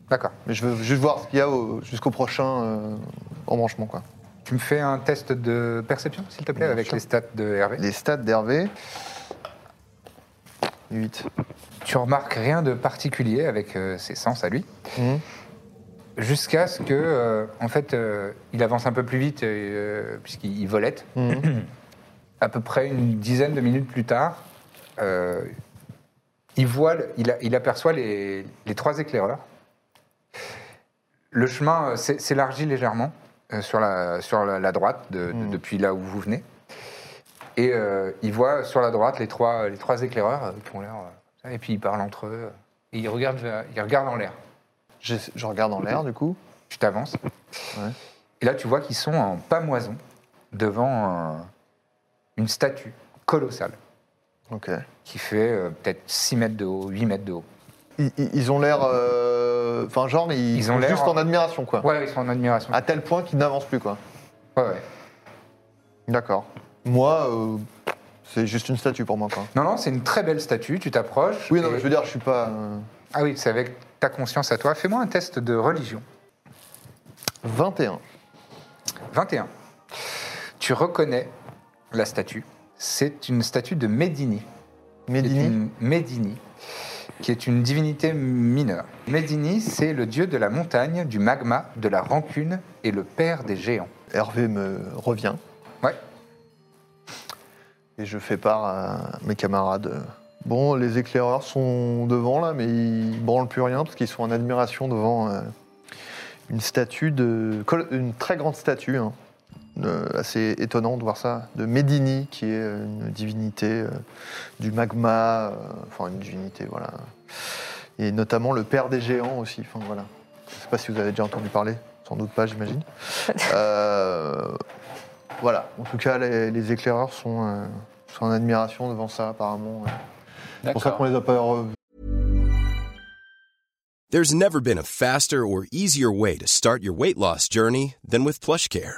A: D'accord.
D: Mais je veux juste voir ce qu'il y a au- jusqu'au prochain euh, embranchement. Quoi.
A: Tu me fais un test de perception, s'il te plaît,
D: Bien
A: avec
D: sûr.
A: les stats de Hervé.
D: Les stats d'Hervé. 8.
A: Tu remarques rien de particulier avec euh, ses sens à lui. Mhm. Jusqu'à ce que, euh, en fait, euh, il avance un peu plus vite, euh, puisqu'il il volette.
D: Mhm.
A: à peu près une dizaine de minutes plus tard, euh, il, voit, le- il, a- il aperçoit les, les trois éclaireurs. Le chemin euh, s'é- s'élargit légèrement euh, sur la, sur la, la droite, de- de- depuis là où vous venez. Et euh, il voit sur la droite les trois, les trois éclaireurs euh, qui ont l'air. euh, et puis ils parlent entre eux. Et ils regardent, vers- ils regardent en l'air.
D: Je, je regarde en l'air, du coup.
A: Tu t'avances.
D: Ouais.
A: Et là, tu vois qu'ils sont en pamoison devant un- une statue colossale
D: Ok.
A: qui fait euh, peut-être 6 mètres de haut, 8 mètres de haut.
D: Ils, ils- ils ont l'air. euh, Enfin, genre, ils,
A: Ils ont
D: sont
A: l'air
D: juste
A: en-
D: en admiration, quoi.
A: Ouais, ils sont en admiration.
D: À tel point qu'ils n'avancent plus, quoi.
A: Ouais, ouais.
D: D'accord. Moi, euh, c'est juste une statue pour moi, quoi.
A: Non, non, c'est une très belle statue. Tu t'approches.
D: Oui, non,
A: et-
D: mais je veux dire, je suis pas. euh,
A: Ah oui, c'est avec ta conscience à toi. Fais-moi un test de religion.
D: 21.
A: 21. Tu reconnais la statue. C'est une statue de Médini. qui est
D: Médini.
A: une- Médini, qui est une divinité mineure. Médini, c'est le dieu de la montagne, du magma, de la rancune et le père des géants.
D: Hervé me revient
A: Ouais.
D: et je fais part à mes camarades. euh, Bon, les éclaireurs sont devant là, mais ils branlent plus rien parce qu'ils sont en admiration devant euh, une statue de. col- une très grande statue, hein. Euh, assez étonnant de voir ça, de Médini, qui est euh, une divinité euh, du magma, euh, enfin une divinité, voilà. Et notamment le père des géants aussi, enfin voilà. Je sais pas si vous avez déjà entendu parler, sans doute pas, j'imagine. Euh, voilà, en tout cas, les, les éclaireurs sont, euh, sont en admiration devant ça, apparemment. euh. ouais. C'est pour ça qu'on les a pas euh, revus.
F: There's never been a faster or easier way to start your weight loss journey than with PlushCare.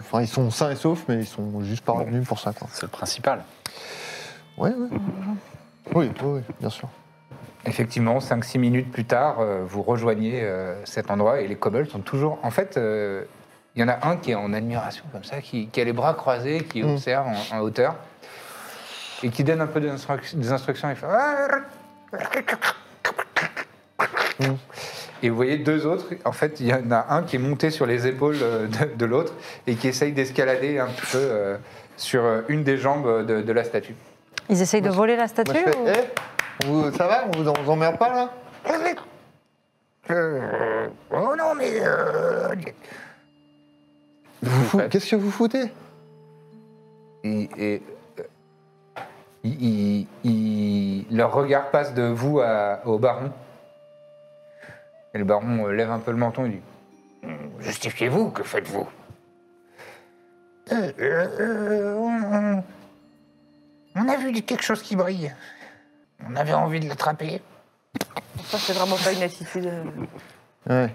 D: Enfin, ils sont sains et saufs, mais ils sont juste pas revenus pour ça, quoi.
C: C'est le principal.
D: Ouais, ouais. Oui, oui, oui, bien sûr.
A: Effectivement, 5-6 minutes plus tard, euh, vous rejoignez euh, cet endroit et les kobolds sont toujours. En fait, euh, il y en a un qui est en admiration comme ça, qui, qui a les bras croisés, qui
D: Mm.
A: observe en, en hauteur et qui donne un peu des, instruc- des instructions. Il fait. Et vous voyez deux autres. En fait, il y en a un qui est monté sur les épaules euh, de, de l'autre et qui essaye d'escalader un petit peu euh, sur euh, une des jambes de- de la statue.
B: Ils essayent de voler la
D: Moi, je
B: statue
D: fais,
B: ou-
D: Eh, vous- ça va On vous, on vous emmerde pas, là
A: Euh, oh non, mais. euh,
D: Vous fou- Qu'est-ce que vous foutez
A: Et, et, euh, il- il- il- leur regard passe de vous à- au baron. Et le baron euh, lève un peu le menton et dit Justifiez-vous, que faites-vous Euh, euh, euh, on, on- on a vu quelque chose qui brille. On avait envie de l'attraper.
E: Ça, c'est vraiment pas une attitude. euh,
D: Ouais.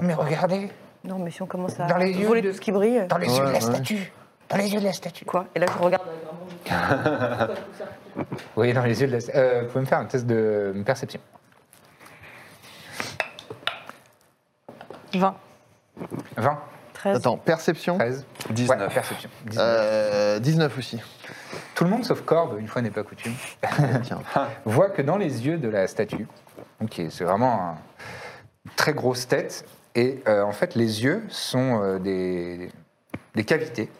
A: Mais regardez,
E: Non, mais si on commence à
A: Dans les yeux
E: voler
A: de-
E: tout ce qui brille. euh,
A: dans les yeux de
D: Ouais,
A: la
D: ouais.
A: statue. Dans les yeux de la statue.
E: Quoi Et là, je regarde.
A: Oui, dans les yeux de la. Euh, vous pouvez me faire un test de perception.
B: 20.
A: 20,
E: 13.
D: Attends, perception
A: 13,
C: 19.
A: Ouais, perception. 19.
D: Euh, 19 aussi.
A: Tout le monde, sauf Corbe, une fois n'est pas coutume,
D: Tiens.
A: voit que dans les yeux de la statue, ok, c'est vraiment un- une très grosse tête, et euh, en fait, les yeux sont euh, des, des cavités.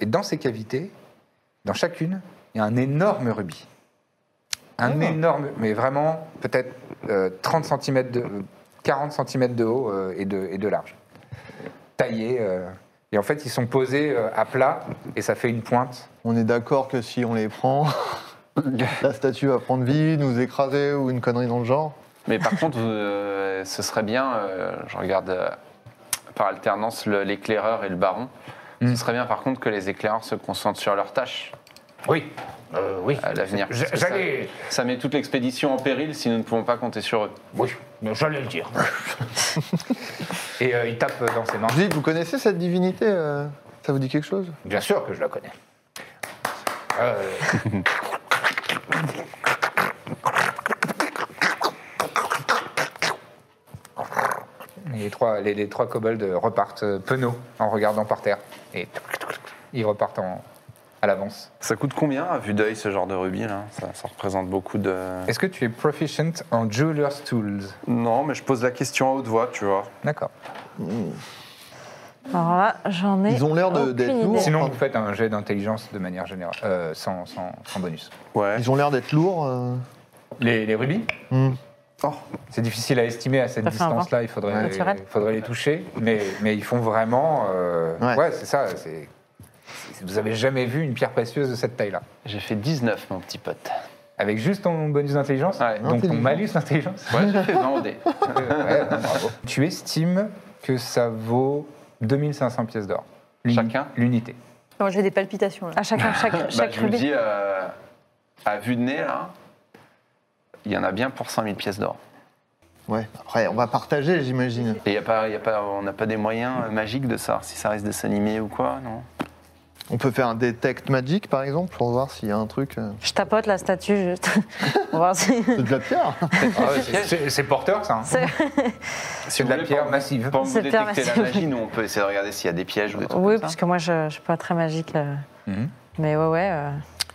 A: Et dans ces cavités, dans chacune, il y a un énorme rubis. Un énorme, mais vraiment, peut-être euh, 30 cm de. euh, 40 cm de haut euh, et, de, et de large. Taillés. euh, et en fait, ils sont posés euh, à plat, et ça fait une pointe.
D: On est d'accord que si on les prend, la statue va prendre vie, nous écraser ou une connerie dans le genre.
C: Mais par contre, euh, ce serait bien, euh, je regarde euh, par alternance le- l'éclaireur et le baron,
D: Hmm.
C: ce serait bien par contre que les éclaireurs se concentrent sur leurs tâches
A: Oui. Euh, oui.
C: à l'avenir. parce que ça,
A: J'allais.
C: ça met toute l'expédition en péril si nous ne pouvons pas compter sur eux.
A: Oui, mais j'allais le dire. Et euh, il tape dans ses mains.
D: Je dis, vous connaissez cette divinité euh, Ça vous dit quelque chose
A: Bien sûr que je la connais. Euh, Et Les trois, les, les trois kobolds repartent euh, penauds en regardant par terre. Et ils repartent en, à l'avance.
C: Ça coûte combien à vue d'œil ce genre de rubis là ça, ça représente beaucoup de.
A: Est-ce que tu es proficient en jeweler's tools
C: Non, mais je pose la question à haute voix, tu vois.
A: D'accord.
B: Alors là, j'en ai.
D: Ils ont l'air de-
B: aucune
D: d'être lourds.
B: idée.
A: Sinon, vous faites un jet d'intelligence de manière générale, euh, sans, sans- sans bonus.
C: Ouais.
D: Ils ont l'air d'être lourds. euh.
A: Les, les rubis
D: Hmm.
C: Oh.
A: C'est difficile à estimer à cette
B: Ça fait un
A: distance-là, il faudrait,
B: Naturel.
A: il faudrait les toucher, mais, mais ils font vraiment... euh,
D: Ouais.
A: ouais, c'est ça, c'est- c'est- Vous avez jamais vu une pierre précieuse de cette taille-là.
C: J'ai fait 19, mon petit pote.
A: Avec juste ton bonus d'intelligence,
C: Ouais.
A: donc ton
D: Intelligence.
A: malus d'intelligence,
C: Ouais, j'ai fait 20 au dé.
A: Ouais, bravo. Tu estimes que ça vaut 2500 pièces d'or. L'uni-
C: Chacun
A: L'unité.
E: Non, J'ai des palpitations là.
B: À chacun, chaque,
C: Bah,
B: chaque
C: je vous
B: rubis.
C: dis, euh, à vue de nez, là, il y en a bien pour 5000 pièces d'or.
D: Ouais. Après, on va partager, j'imagine.
C: Et y a pas, y a pas, on n'a pas des moyens euh, magiques de savoir si ça risque de s'animer ou quoi, non
D: On peut faire un detect magic, par exemple, pour voir s'il y a un truc. euh,
B: Je tapote la statue juste. On va voir si.
D: C'est de la pierre.
A: C'est- c'est c'est porteur, ça. hein.
B: C'est-
A: C'est de la pierre massive.
C: Pour
B: C'est
C: vous
B: bien,
C: détecter la
B: merci.
C: magie, nous, on peut essayer de regarder s'il y a des pièges ou des trucs
B: Oui,
C: comme
B: parce
C: ça.
B: que moi, je, je suis pas très magique. euh.
A: Mhm.
B: Mais ouais, ouais. euh.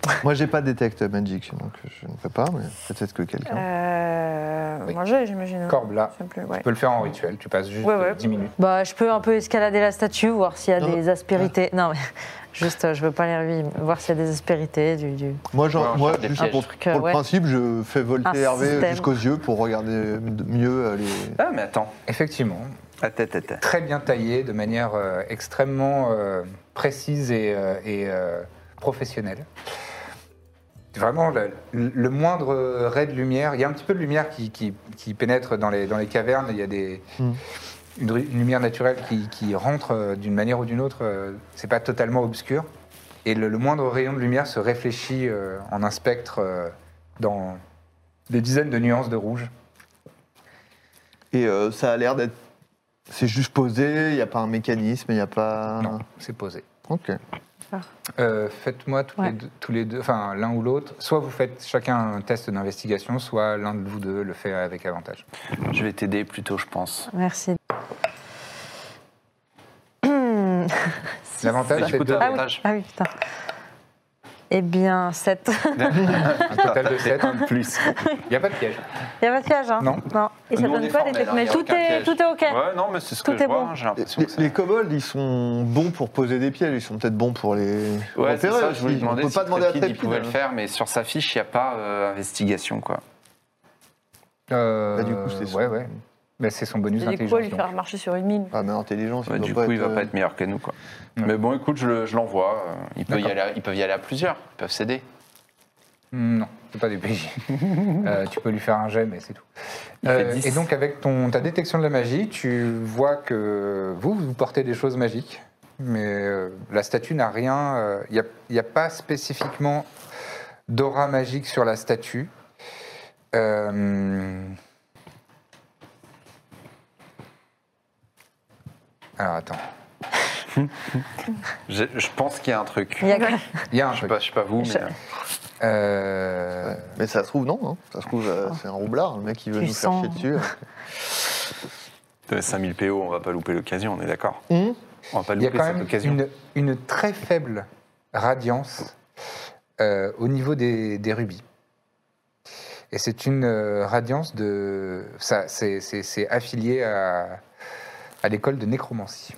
D: Moi, j'ai pas detect magic, donc je ne peux pas, mais peut-être que
B: Hein.
D: quelqu'un.
E: Euh,
A: Oui.
E: Moi j'ai, j'imagine.
A: Corbe là.
E: Je sais plus, ouais.
A: Tu peux le faire en rituel, tu passes juste
E: Ouais, ouais.
A: euh, 10 minutes.
B: Bah, je peux un peu escalader la statue, voir s'il y a
D: Non,
B: des aspérités. Non, mais juste, euh, je veux pas les rubis, voir s'il y a des aspérités. Du, du-
D: Moi, genre,
C: Ouais, on
D: moi
C: cherche des
D: juste
C: pièges.
D: pour,
C: Un
B: truc, euh,
D: pour le
B: ouais.
D: principe, je fais volter
B: Un
D: Hervé
B: système.
D: jusqu'aux yeux pour regarder de- mieux euh, les.
C: Ah, mais attends.
A: Effectivement,
C: Attends, attends, attends.
A: très bien taillé, de manière euh, extrêmement euh, précise et, euh, et, euh, professionnelle. Vraiment, le, le moindre ray de lumière, il y a un petit peu de lumière qui, qui- qui pénètre dans les, dans les cavernes, il y a des,
D: Mm.
A: une, ru- une lumière naturelle qui, qui rentre euh, d'une manière ou d'une autre, euh, c'est pas totalement obscur. Et le, le moindre rayon de lumière se réfléchit euh, en un spectre euh, dans des dizaines de nuances de rouge.
D: Et euh, ça a l'air d'être. C'est juste posé, il n'y a pas un mécanisme, il n'y a pas.
A: Non, c'est posé.
D: Ok.
A: Euh, Faites-moi tous,
B: Ouais.
A: les deux- tous les deux, enfin l'un ou l'autre. Soit vous faites chacun un test d'investigation, soit l'un de vous deux le fait avec avantage.
C: Je vais t'aider plutôt, je pense.
B: Merci.
C: Mais
A: L'avantage,
C: du
A: c'est
C: coup,
A: deux.
C: t'as
B: Ah oui,
C: avantage.
B: ah oui, putain. Eh bien, 7.
A: Un total de 7.
C: Un de plus.
A: Il n'y a pas de piège.
B: Il n'y a pas de piège, hein
A: Non.
B: Et ça
C: Nous, on
B: donne
C: est
B: quoi
C: formels,
B: les techniques
C: hein,
B: Mais
C: y a
B: tout
C: aucun
B: est,
C: piège.
B: tout est OK.
C: Ouais, non, mais c'est ce que
B: Ah Tout
C: je
B: est
C: vois.
B: bon.
C: hein, J'ai l'impression
D: Les,
C: que ça-
D: les kobolds, ils sont bons pour poser des pièges, ils sont peut-être bons pour les.
C: Ouais, c'est
D: repérer
C: ça, je voulais
D: aussi.
C: demander
D: On peut
C: si
D: pas demander à
C: Trépide, il
D: Trépide. hein.
C: pouvait le faire, mais sur sa fiche, il n'y a pas euh, investigation, quoi.
A: Euh,
D: Bah, du coup, c'est son-
A: ouais, ouais. Mais c'est son bonus
E: Et du coup,
A: d'intelligence.
E: lui faire marcher sur une mine.
D: Ah, mais intelligence, il
C: Ouais,
D: doit
C: du
D: pas
C: coup,
D: être,
C: il va
D: euh,
C: pas être meilleur que nous, quoi.
A: Ouais.
C: Mais bon, écoute, je, le- je l'envoie. euh, Il peut y
A: D'accord.
C: aller, à- ils peuvent y aller à plusieurs. Ils peuvent s'aider.
A: Mm, Non, c'est pas des PJ. Euh, tu peux lui faire un jet, mais c'est tout.
C: Il fait
A: Euh,
C: 10.
A: et donc, avec ton, ta détection de la magie, tu vois que vous, vous portez des choses magiques, mais euh, la statue n'a rien. Il n'y a, pas spécifiquement d'aura magique sur la statue. Euh, Alors, attends.
C: Je, je pense qu'il y a un truc.
B: Il y a que-
A: Il y a un
C: Je sais
A: truc.
C: pas, je sais pas vous, mais euh,
A: Euh,
D: Mais ça se trouve, non. hein. Ça se trouve, euh, c'est un roublard, le mec, il veut
B: Tu
D: nous faire
B: sens.
D: chier dessus. hein.
C: euh, 5000 PO, on va pas louper l'occasion, on est d'accord.
D: Hum.
C: On va pas
A: Hmm Il y a
C: louper
A: quand
C: cette
A: même
C: occasion.
A: une, une très faible radiance euh, au niveau des, des rubis. Et c'est une euh, radiance de. Ça, c'est, c'est- c'est affilié à, à l'école de nécromancie.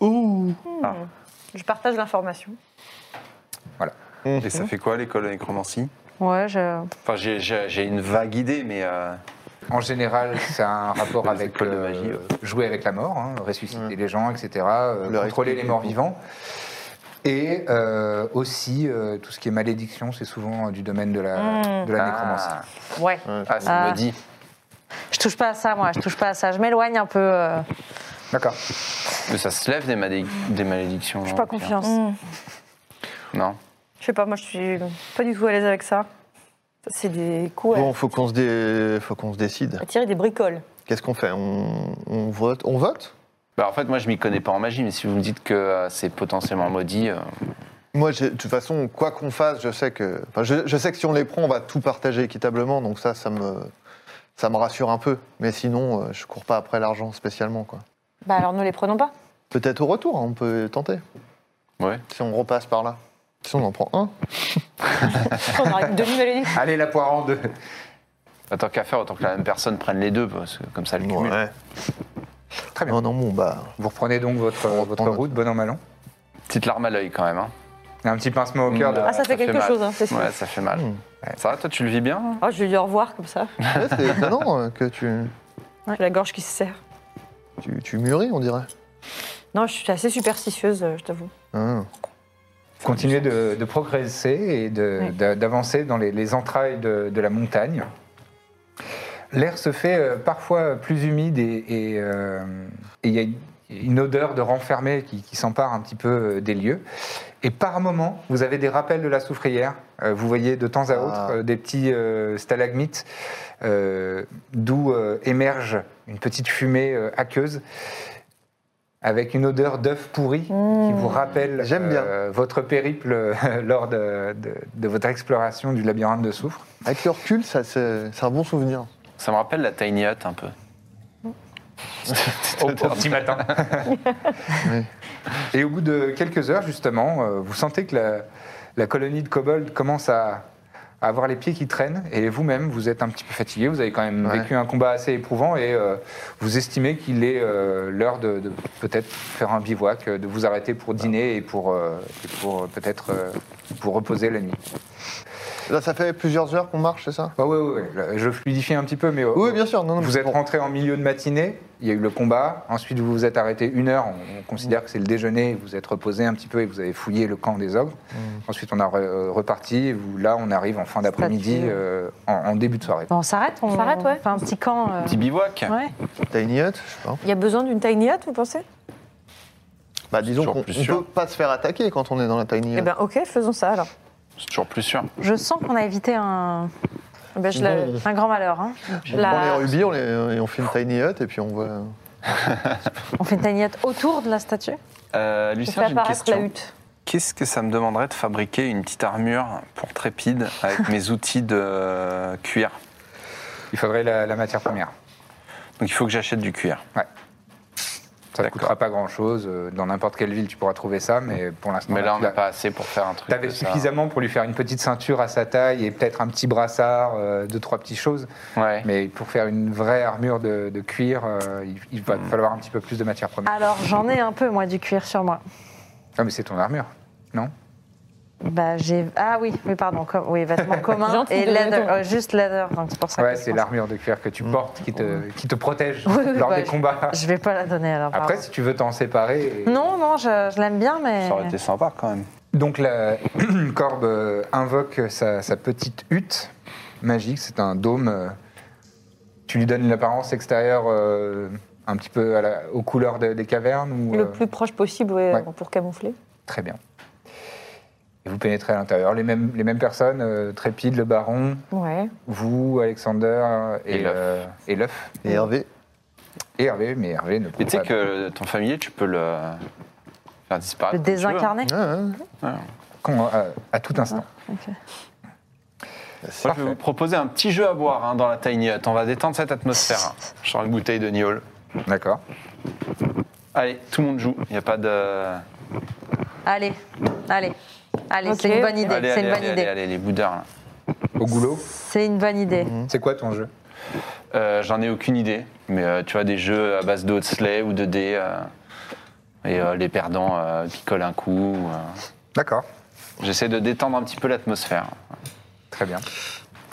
E: Je partage l'information.
C: Et ça fait quoi l'école de nécromancie
B: Ouais, je.
C: Enfin, j'ai- j'ai j'ai une vague idée, mais euh,
A: En général, ça a un rapport
C: Les
A: avec euh,
C: écoles de magie, ouais.
A: jouer avec la mort, hein, ressusciter
D: Ouais.
A: les gens, etc., euh,
D: Leur
A: contrôler les
D: expliquer.
A: morts vivants. Et euh, aussi, euh, tout ce qui est malédiction, c'est souvent euh, du domaine de la,
E: Mm.
A: de la nécromancie.
C: Ah,
B: Ouais.
C: ah, ça
B: Ah.
C: me dit.
B: Je touche pas à ça, moi. Je touche pas à ça. Je m'éloigne un peu. euh.
A: D'accord.
C: Mais ça se lève des, malé- des malédictions. hein,
B: Je suis pas confiance.
C: Non.
E: Mmh. Je sais pas, moi je suis pas du tout à l'aise avec ça. C'est des coups à
D: Bon, faut qu'on se, dé- faut qu'on se décide.
E: à tirer des bricoles.
D: Qu'est-ce qu'on fait on... on vote On vote
C: Bah, en fait, moi, je m'y connais pas en magie, mais si vous me dites que euh, c'est potentiellement maudit, euh,
D: Moi, j'ai- de toute façon, quoi qu'on fasse, je sais que, enfin, je, je sais que si on les prend, on va tout partager équitablement. Donc ça, ça me, ça me rassure un peu. Mais sinon, euh, je cours pas après l'argent spécialement, quoi.
E: Bah alors ne les prenons pas.
D: Peut-être au retour, hein, on peut tenter.
C: Ouais.
D: Si on repasse par là. Si on en prend un.
E: On aurait une demi-malédiction.
A: Allez, la poire en deux.
C: Tant qu'à faire, autant que la même personne prenne les deux, parce que comme ça, le cumule.
D: Ouais.
A: Très bien.
D: Non, non, bon, bah.
A: Vous reprenez donc votre, votre
D: notre-
A: route, bon an, mal an.
C: Petite larme à l'œil quand même. Hein.
A: Un petit pincement au cœur. de-
E: Ah, ça fait quelque
C: mal.
E: chose, hein, c'est sûr.
C: Ouais, ça fait mal.
D: Hmm.
C: Ça va, toi, tu le vis bien hein
E: Oh, je vais lui au revoir comme ça.
D: Ouais, c'est étonnant euh, que tu,
E: J'ai la gorge qui se serre.
D: tu, tu mûris, on dirait.
E: Non, je suis assez superstitieuse, euh, je t'avoue.
D: Ah.
A: Continuez de, de progresser et de-
E: Oui.
A: d'a- d'avancer dans les, les entrailles de, de la montagne. L'air se fait euh, parfois plus humide et et, euh, et il y a une- une odeur de renfermé qui, qui s'empare un petit peu euh, des lieux. Et par moments, vous avez des rappels de la soufrière. Euh, vous voyez de temps à
D: Ah.
A: autre euh, des petits euh, stalagmites euh, d'où euh, émerge une petite fumée euh, aqueuse avec une odeur d'œuf pourri qui vous rappelle
D: J'aime bien.
A: euh, votre périple euh, lors de, de- de votre exploration du labyrinthe de soufre.
D: Avec le recul, ça, c'est c'est un bon souvenir.
C: Ça me rappelle la Tiny Hut un peu.
A: au, au petit matin.
D: Oui.
A: Et au bout de quelques heures, justement, euh, vous sentez que la, la colonie de kobold commence à, à avoir les pieds qui traînent. Et vous-même, vous êtes un petit peu fatigué. Vous avez quand même
D: Ouais.
A: vécu un combat assez éprouvant et euh, vous estimez qu'il est euh, l'heure de, de peut-être faire un bivouac, euh, de vous arrêter pour dîner et pour, euh, et pour euh, peut-être euh, pour reposer la nuit.
D: Là, ça fait plusieurs heures qu'on marche, c'est ça
A: Oui, oui, oui. Je fluidifie un petit peu, mais euh,
D: Oui, bien sûr. Non, non,
A: Vous
D: mais
A: êtes
D: bon.
A: rentré en milieu de matinée, il y a eu le combat, ensuite vous vous êtes arrêté une heure, on, on considère que c'est le déjeuner, vous êtes reposé un petit peu et vous avez fouillé le camp des ogres. Ensuite on a re- euh, reparti, et vous, là on arrive en fin d'après-midi,
B: Statue.
A: euh, en, en début de soirée.
B: Bon, on s'arrête On
E: On s'arrête, ouais.
B: on fait un petit camp. euh,
C: Petit bivouac
B: Ouais.
D: Tiny Hut, je sais pas.
E: Il y a besoin d'une tiny hut, vous pensez
D: Bah, disons
C: Toujours
D: qu'on
C: plus
D: on
C: sûr.
D: peut pas se faire attaquer quand on est dans la Tiny
E: Eh
D: Hut.
E: ben, ok, faisons ça alors.
C: C'est toujours plus sûr.
B: Je sens qu'on a évité un,
E: Eh ben, je la-
D: Bon.
B: un grand malheur. hein.
D: on
B: la-
D: prend les rubis, on, les, et on fait une Tiny Hut et puis on voit.
B: On fait une tagnette autour de la statue.
C: Euh,
E: je
C: Lucien,
E: fais
C: j'ai une
E: apparaître la
C: question.
E: hutte.
C: Qu'est-ce que ça me demanderait de fabriquer une petite armure pour Trépide avec mes outils de euh, cuir
A: Il faudrait la, la matière première.
C: Donc il faut que j'achète du cuir.
A: Ça ne
C: D'accord.
A: coûtera pas grand-chose, euh, dans n'importe quelle ville tu pourras trouver ça, mais pour l'instant...
C: Mais là, on
A: tu l'as-
C: n'a pas assez pour faire un truc.
A: T'avais
C: de ça.
A: suffisamment pour lui faire une petite ceinture à sa taille et peut-être un petit brassard, euh, deux, trois petites choses.
C: Ouais.
A: Mais pour faire une vraie armure de, de cuir, euh, il, il va falloir un petit peu plus de matière première.
B: Alors j'en ai un peu, moi, du cuir sur moi.
A: Ah, mais c'est ton armure, non
B: Bah, j'ai... Ah oui, oui, pardon. com- Oui, vêtements communs
E: Gentil
B: et
E: de
B: leather.
E: leather.
B: euh, juste leather, donc c'est pour ça
A: Ouais,
B: que je
A: c'est
B: pense- Mm.
A: l'armure de cuir que tu portes qui te, qui te protège
B: Oui, oui,
A: lors
B: bah,
A: des
B: je-
A: combats.
B: Je vais pas la donner alors.
A: Après,
B: pardon.
A: si tu veux t'en séparer. et-
B: Non, non, je, je l'aime bien, mais.
C: Ça aurait été sympa quand même.
A: Donc, la Corbe euh, invoque sa, sa petite hutte magique. C'est un dôme. euh, Tu lui donnes une apparence extérieure euh, un petit peu à la- aux couleurs de- des cavernes ou, euh,
E: Le plus proche possible ouais,
A: Ouais.
E: pour camoufler.
A: Très bien. Et vous pénétrez à l'intérieur. Les mêmes, les mêmes personnes, euh, Trépide, le baron,
E: Ouais.
A: vous, Alexander et
C: Et l'œuf.
A: euh, et l'œuf.
E: Mm.
D: Et Hervé.
A: Et, Hervé, mais Hervé ne peut
C: Mais tu sais
A: pas.
C: que ton familier, tu peux le faire disparaître.
B: Le
C: comme tu veux. hein.
B: désincarner.
D: Ouais, ouais.
A: Con- à- à tout instant.
C: Moi, je vais vous proposer un petit jeu à boire hein, dans la Tiny Hut. On va détendre cette atmosphère. Je sors une bouteille de Niol.
A: D'accord.
C: Allez, tout le monde joue. Il n'y a pas de.
B: Allez, allez, allez,
E: Ok.
B: c'est une bonne idée.
C: allez,
B: c'est
C: allez,
B: une bonne
C: allez,
B: idée.
C: allez, allez, les boudins. là.
A: Au goulot,
B: C'est une bonne idée.
C: Mhm.
A: c'est quoi ton jeu
C: Euh, J'en ai aucune idée. Mais euh, tu vois, des jeux à base d'eau de slay ou de dés. euh, et euh, les perdants euh, picolent un coup. ou, euh,
A: D'accord.
C: J'essaie de détendre un petit peu l'atmosphère.
A: Très bien.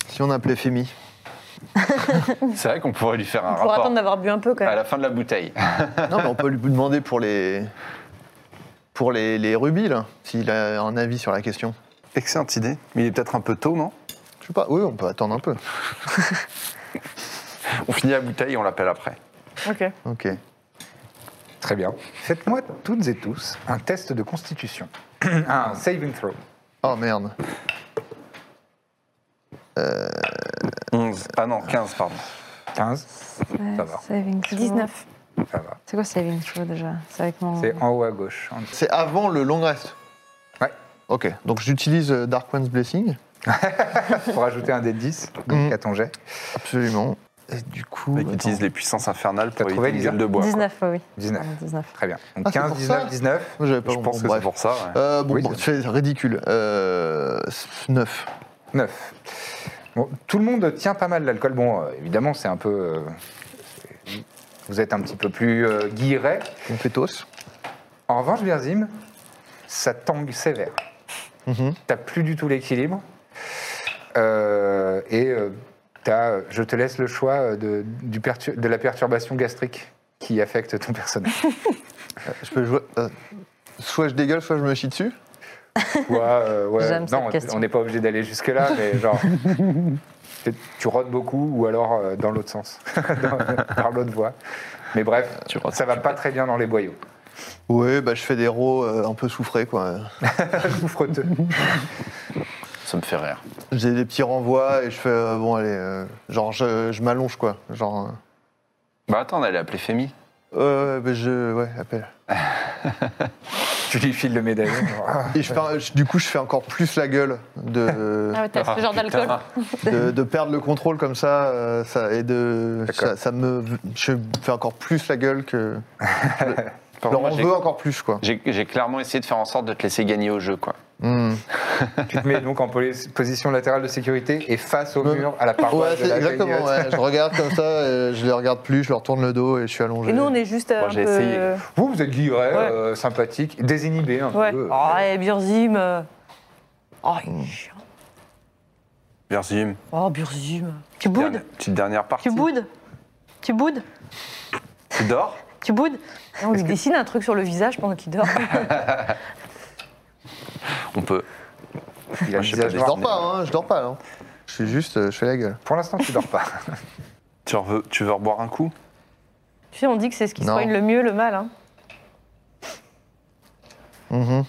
D: Si on appelait Femi.
C: C'est vrai qu'on pourrait lui faire un
E: On pourra
C: rapport
E: attendre d'avoir bu un peu quand
C: à
E: même.
C: la fin de la bouteille.
D: Non, mais on peut lui demander pour les. Pour les, les rubis, là, s'il a un avis sur la question.
C: Excellente idée. Mais il est peut-être un peu tôt, non
D: Je sais pas, oui, on peut attendre un peu.
C: On finit la bouteille et on l'appelle après.
E: Ok.
D: Ok.
A: Très bien. Faites-moi toutes et tous un test de constitution. un saving throw.
D: Oh merde.
C: 11. Ah non, 15, pardon.
A: 15, Ça va.
B: Saving throw.
E: 19.
A: ça va.
B: C'est quoi saving throw déjà C'est avec mon.
A: C'est en haut à gauche. en dessous.
D: C'est avant le long rest
A: Ouais.
D: Ok, donc j'utilise euh, Dark One's Blessing.
A: Pour ajouter un des 10 donc
D: Mm.
A: à ton jet.
D: Absolument. Et du coup.
C: Ils utilisent les puissances infernales
A: T'as
C: pour
A: trouvé,
C: éviter
A: Lisa
C: une gueule de bois.
G: 19, oui.
A: 19.
G: 19.
A: Très bien. Donc
D: Ah, c'est
A: 15,
D: pour
A: 19,
D: ça
A: 19.
D: J'avais pas
C: Je pense que c'est
D: bref.
C: pour ça. ouais.
D: Euh, bon,
A: Oui,
D: bon, c'est ridicule. Euh, 9.
A: 9. Bon, tout le monde tient pas mal l'alcool. Bon, euh, évidemment, c'est un peu. euh, c'est- vous êtes un petit peu plus euh, guilleret.
D: On fait tous.
A: En revanche, Birzim, ça tangue sévère.
D: Mhm.
A: T'as plus du tout l'équilibre. Euh, et euh, t'as- je te laisse le choix euh, de, du pertu- de la perturbation gastrique qui affecte ton personnage.
D: Je peux jouer. euh, soit je dégueule, soit je me chie dessus.
A: Toi, euh, ouais,
G: J'aime cette
A: non,
G: question.
A: on n'est pas obligé d'aller jusque-là, mais genre. tu- Tu rôdes beaucoup ou alors euh, dans l'autre sens, dans- par l'autre voie. Mais bref,
C: Tu rôdes.
A: ça va pas très bien dans les boyaux.
D: Ouais, bah je fais des rots euh, un peu souffrés, quoi.
A: Souffreteux.
H: Ça me fait rire.
D: J'ai des petits renvois et je fais. euh, bon, allez. euh, genre, je, je m'allonge, quoi. Genre.
H: Bah attends, on allait appeler Femi.
D: euh, euh, bah, je. Ouais, appelle.
A: Tu lui files le médaillon. genre, ah,
D: Et je fais un- je- du coup, je fais encore plus la gueule de,
I: Ah ouais, t'as ce genre d'alcool.
D: de, de perdre le contrôle comme ça, euh, ça et de
A: D'accord.
D: ça, ça me je fais encore plus la gueule que je
H: Pardon,
D: leur
H: moi,
D: en
H: j'ai-
D: veux encore plus quoi.
H: J'ai j'ai clairement essayé de faire en sorte de te laisser gagner au jeu, quoi.
D: Hmm.
A: Tu te mets donc en poli- position latérale de sécurité et face au
D: Me-
A: mur, à la paroi
D: Ouais,
A: de
D: c'est
A: la
D: exactement.
A: cagnotte.
D: ouais. Je regarde comme ça, euh, je les regarde plus, je leur tourne le dos et je suis allongé.
E: Et nous, on est juste euh,
H: Moi,
E: un
H: j'ai
E: peu...
H: essayé.
E: euh,
A: Vous, vous êtes guilleret, euh, sympathique, désinhibé un
E: Ouais.
A: peu.
E: Oh, et Burzim euh. Oh, il est chiant.
C: Birzim,
E: Oh, Burzim
G: Tu
C: dernière-
G: boudes
C: petite dernière partie.
G: Tu boudes Tu boudes
C: Tu dors
G: Tu boudes
E: On lui dessine un truc sur le visage pendant qu'il dort.
H: On peut.
A: Il a
H: Moi,
A: le
H: je sais
A: visage
H: pas,
D: Je
A: noir.
D: dors pas, hein, je dors pas. hein. Je suis juste, euh, je fais la gueule.
A: Pour l'instant, tu dors pas.
C: Tu, en veux, tu veux reboire un coup
E: tu sais, on dit que c'est ce qui
D: Non.
E: soigne le mieux le mal. Hein.
D: Mhm.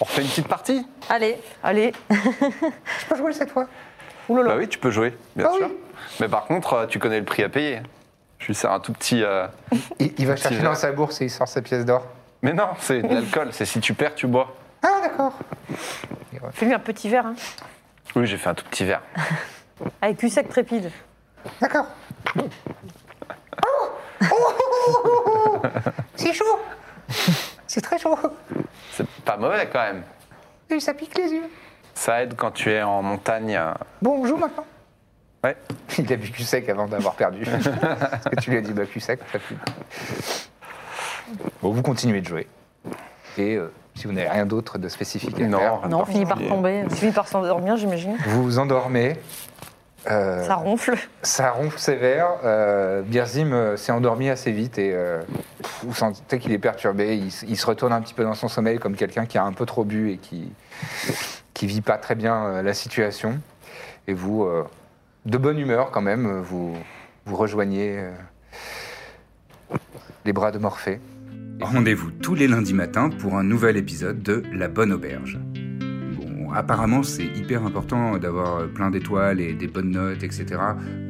C: On refait une petite partie
G: Allez,
E: Allez,
A: Je peux jouer cette fois
C: Bah oui, tu peux jouer, bien
A: Ah
C: sûr.
A: oui.
C: Mais par contre, euh, tu connais le prix à payer. Je lui sers un tout petit. euh,
A: il, il va
C: Petit
A: chercher
C: verre.
A: dans sa bourse et il sort sa pièce d'or.
C: Mais non, c'est de l'alcool. C'est si tu perds, tu bois.
A: Ah, d'accord.
E: fais-lui un petit verre. Hein.
H: Oui, j'ai fait un tout petit verre.
E: Avec du sec trépide.
A: D'accord. C'est chaud. C'est très chaud.
H: C'est pas mauvais quand même.
A: Et ça pique les yeux.
H: Ça aide quand tu es en montagne. euh,
A: Bon, on joue maintenant.
H: Ouais.
A: Il a bu cul sec avant d'avoir perdu. Parce que tu lui as dit bah cul sec, ça pue. Bon, vous continuez de jouer. Et euh, si vous n'avez rien d'autre de spécifique à faire,
H: Non,
E: Non, on finit par
H: Il-
E: tomber. On finit par s'endormir, j'imagine.
A: vous vous endormez. Euh,
E: Ça ronfle.
A: ça ronfle sévère. Euh, Birzim euh, s'est endormi assez vite et euh, vous sentez qu'il est perturbé. Il, s- il se retourne un petit peu dans son sommeil comme quelqu'un qui a un peu trop bu et qui qui vit pas très bien euh, la situation. Et vous, euh, de bonne humeur quand même, euh, vous vous rejoignez euh, les bras de Morphée.
J: Rendez-vous tous les lundis matins pour un nouvel épisode de La Bonne Auberge. Bon, apparemment, c'est hyper important d'avoir euh, plein d'étoiles et des bonnes notes, etc.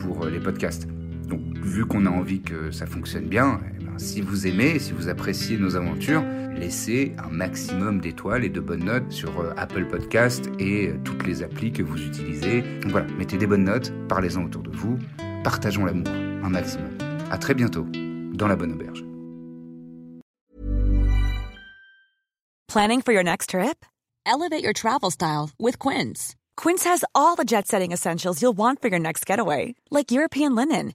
J: pour euh, les podcasts. Donc, vu qu'on a envie que ça fonctionne bien, eh ben, si vous aimez, si vous appréciez nos aventures, laissez un maximum d'étoiles et de bonnes notes sur euh, Apple Podcast et euh, toutes les applis que vous utilisez. Donc voilà, mettez des bonnes notes, parlez-en autour de vous, partageons l'amour un maximum. À très bientôt dans La Bonne Auberge.
B: Planning for your next trip? Elevate your travel style with Quince. Quince has all the jet setting essentials you'll want for your next getaway, like European linen,